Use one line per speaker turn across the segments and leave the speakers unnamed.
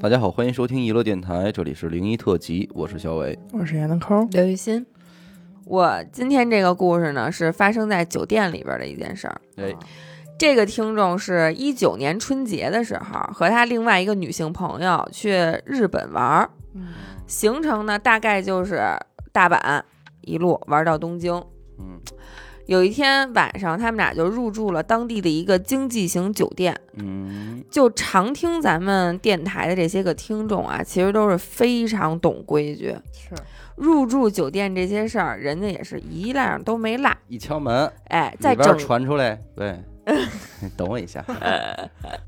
大家好，欢迎收听娱乐电台，这里是零一特辑，我是小伟。
我是闫德抠，
刘雨欣，我今天这个故事呢，是发生在酒店里边的一件事儿。
哎，
这个听众是一九年春节的时候，和他另外一个女性朋友去日本玩儿，行程呢大概就是大阪一路玩到东京。
嗯
有一天晚上，他们俩就入住了当地的一个经济型酒店。
嗯，
就常听咱们电台的这些个听众啊，其实都是非常懂规矩，
是
入住酒店这些事儿，人家也是一样都没落。
一敲门，
哎，在
里边
整
传出来， 对，等我一下。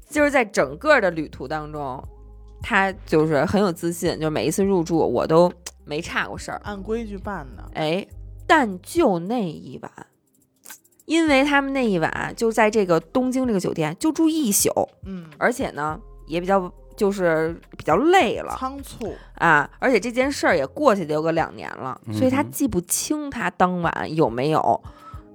就是在整个的旅途当中，他就是很有自信，就每一次入住我都没差过事儿。
按规矩办的，
哎，但就那一晚，因为他们那一晚就在这个东京这个酒店就住一宿，
嗯，
而且呢也比较就是比较累了，
仓促，
啊，而且这件事儿也过去得有个两年了，所以他
嗯哼
记不清他当晚有没有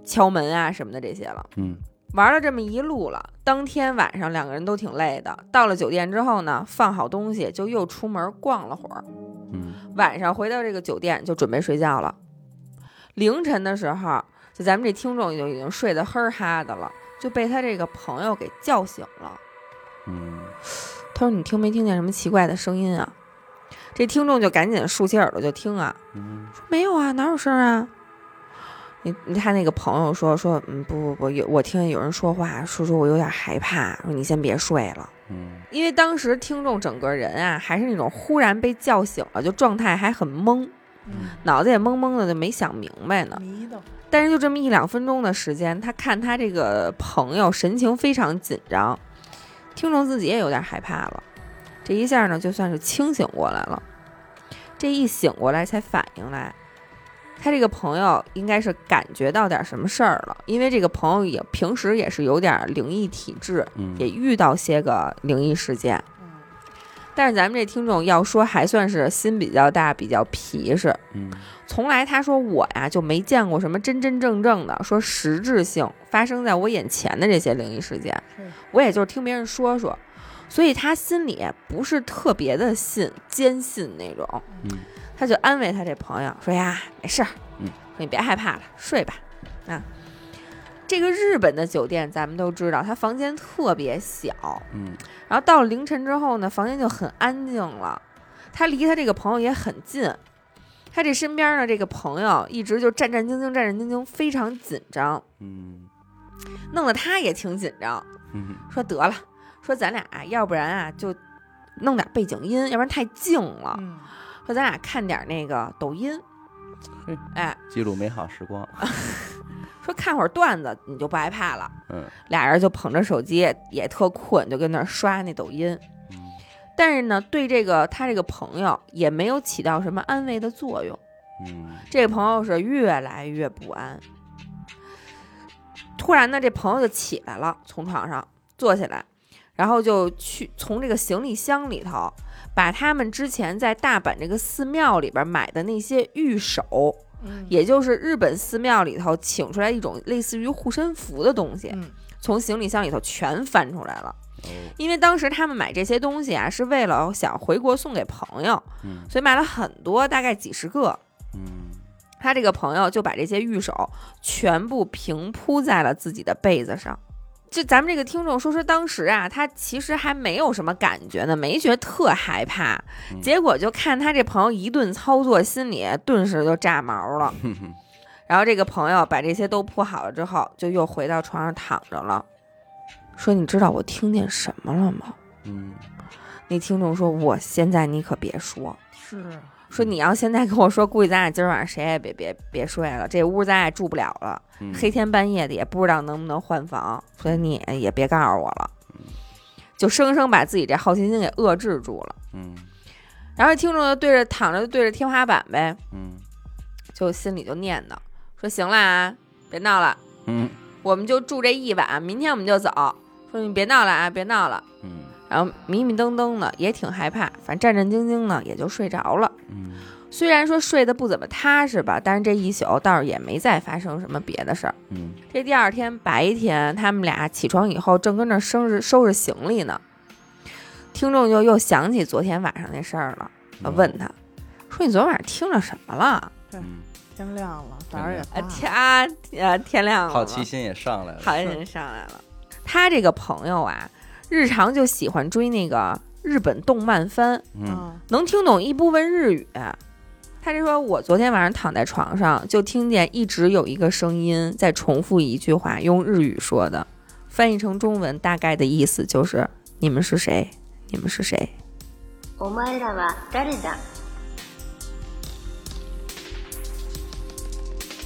敲门啊什么的这些了。
嗯
玩了这么一路了，当天晚上两个人都挺累的。到了酒店之后呢，放好东西就又出门逛了会儿，
嗯
晚上回到这个酒店就准备睡觉了。凌晨的时候，就咱们这听众就已经睡得嘿儿哈的了，就被他这个朋友给叫醒了。
嗯，
他说：“你听没听见什么奇怪的声音啊？”这听众就赶紧竖起耳朵就听啊，
嗯
说没有啊，哪有声儿啊？你你他那个朋友说说，嗯，不不不，有我听见有人说话，说说我有点害怕，说你先别睡了，
嗯
因为当时听众整个人啊还是那种忽然被叫醒了，就状态还很懵，
嗯
脑子也懵懵的，就没想明白呢。
迷的，
但是就这么一两分钟的时间，他看他这个朋友神情非常紧张，听众自己也有点害怕了。这一下呢，就算是清醒过来了。这一醒过来才反应来，他这个朋友应该是感觉到点什么事儿了，因为这个朋友也平时也是有点灵异体质，
嗯，
也遇到些个灵异事件。
嗯，
但是咱们这听众要说还算是心比较大，比较皮实，
嗯
从来他说我呀就没见过什么真真正正的说实质性发生在我眼前的这些灵异事件
是，
我也就是听别人说说，所以他心里不是特别的信坚信那种，
嗯
他就安慰他这朋友说呀没事儿，
嗯，
你别害怕了，睡吧，啊。这个日本的酒店咱们都知道，它房间特别小，
嗯
然后到了凌晨之后呢，房间就很安静了。他离他这个朋友也很近，他这身边呢这个朋友一直就战战兢兢、战战兢兢，非常紧张，
嗯
弄得他也挺紧张。
嗯
说得了，说咱俩啊、要不然啊就弄点背景音，要不然太静了。
嗯，
说咱俩看点那个抖音
嘿，
哎，
记录美好时光。
说看会儿段子，你就不害怕了。
嗯
俩人就捧着手机，也特困，就跟那儿刷那抖音。
嗯
但是呢，对这个他这个朋友也没有起到什么安慰的作用。
嗯
这个朋友是越来越不安。突然呢，这朋友就起来了，从床上坐起来，然后就去从这个行李箱里头把他们之前在大阪这个寺庙里边买的那些玉手，
嗯，
也就是日本寺庙里头请出来一种类似于护身符的东西，
嗯，
从行李箱里头全翻出来了。
哦
因为当时他们买这些东西啊，是为了想回国送给朋友，
嗯
所以买了很多，大概几十个。
嗯
他这个朋友就把这些玉手全部平铺在了自己的被子上。就咱们这个听众说说当时啊，他其实还没有什么感觉呢，没觉得特害怕
嗯。
结果就看他这朋友一顿操作，心里顿时就炸毛
嗯
了。然后这个朋友把这些都铺好了之后，就又回到床上躺着了，说：“你知道我听见什么了吗？”
嗯
那听众说：“我现在你可别说，
是啊，
说你要现在跟我说，估计咱俩今儿晚上谁也别别别睡了，这屋咱俩住不了了，
嗯，
黑天半夜的也不知道能不能换房，所以你也别告诉我了。”就生生把自己这好奇心给遏制住了。
嗯
然后听众就对着躺着就对着天花板呗，
嗯
就心里就念叨说：“行了啊，别闹了，
嗯
我们就住这一晚，明天我们就走。”说你别闹了啊，别闹了。
嗯
然后迷迷瞪瞪的也挺害怕，反正战战兢兢呢也就睡着了。
嗯
虽然说睡得不怎么踏实吧，但是这一宿倒是也没再发生什么别的事儿。
嗯
这第二天白天，他们俩起床以后，正跟那儿收拾收拾行李呢，听众就又想起昨天晚上那事儿了，
啊
呃问他说：“你昨天晚上听着什么了
嗯，
天亮了，胆儿也
天
大
啊？”
了。
天啊，呃，天亮了，
好奇心也上来了，
好人上来了。他这个朋友啊，日常就喜欢追那个日本动漫番，
嗯，
啊，
能听懂一部分日语。啊他就说：“我昨天晚上躺在床上，就听见一直有一个声音在重复一句话，用日语说的，翻译成中文大概的意思就是：你们是谁？你们是谁？
お前らは誰だ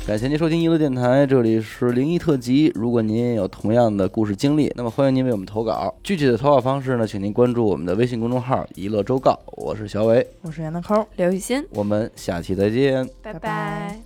感谢您收听娱乐电台，这里是灵异特辑。如果您也有同样的故事经历，那么欢迎您为我们投稿。具体的投稿方式呢，请您关注我们的微信公众号“娱乐周告”，我是小伟，
我是闫德抠。
刘雨欣，
我们下期再见。
拜拜
拜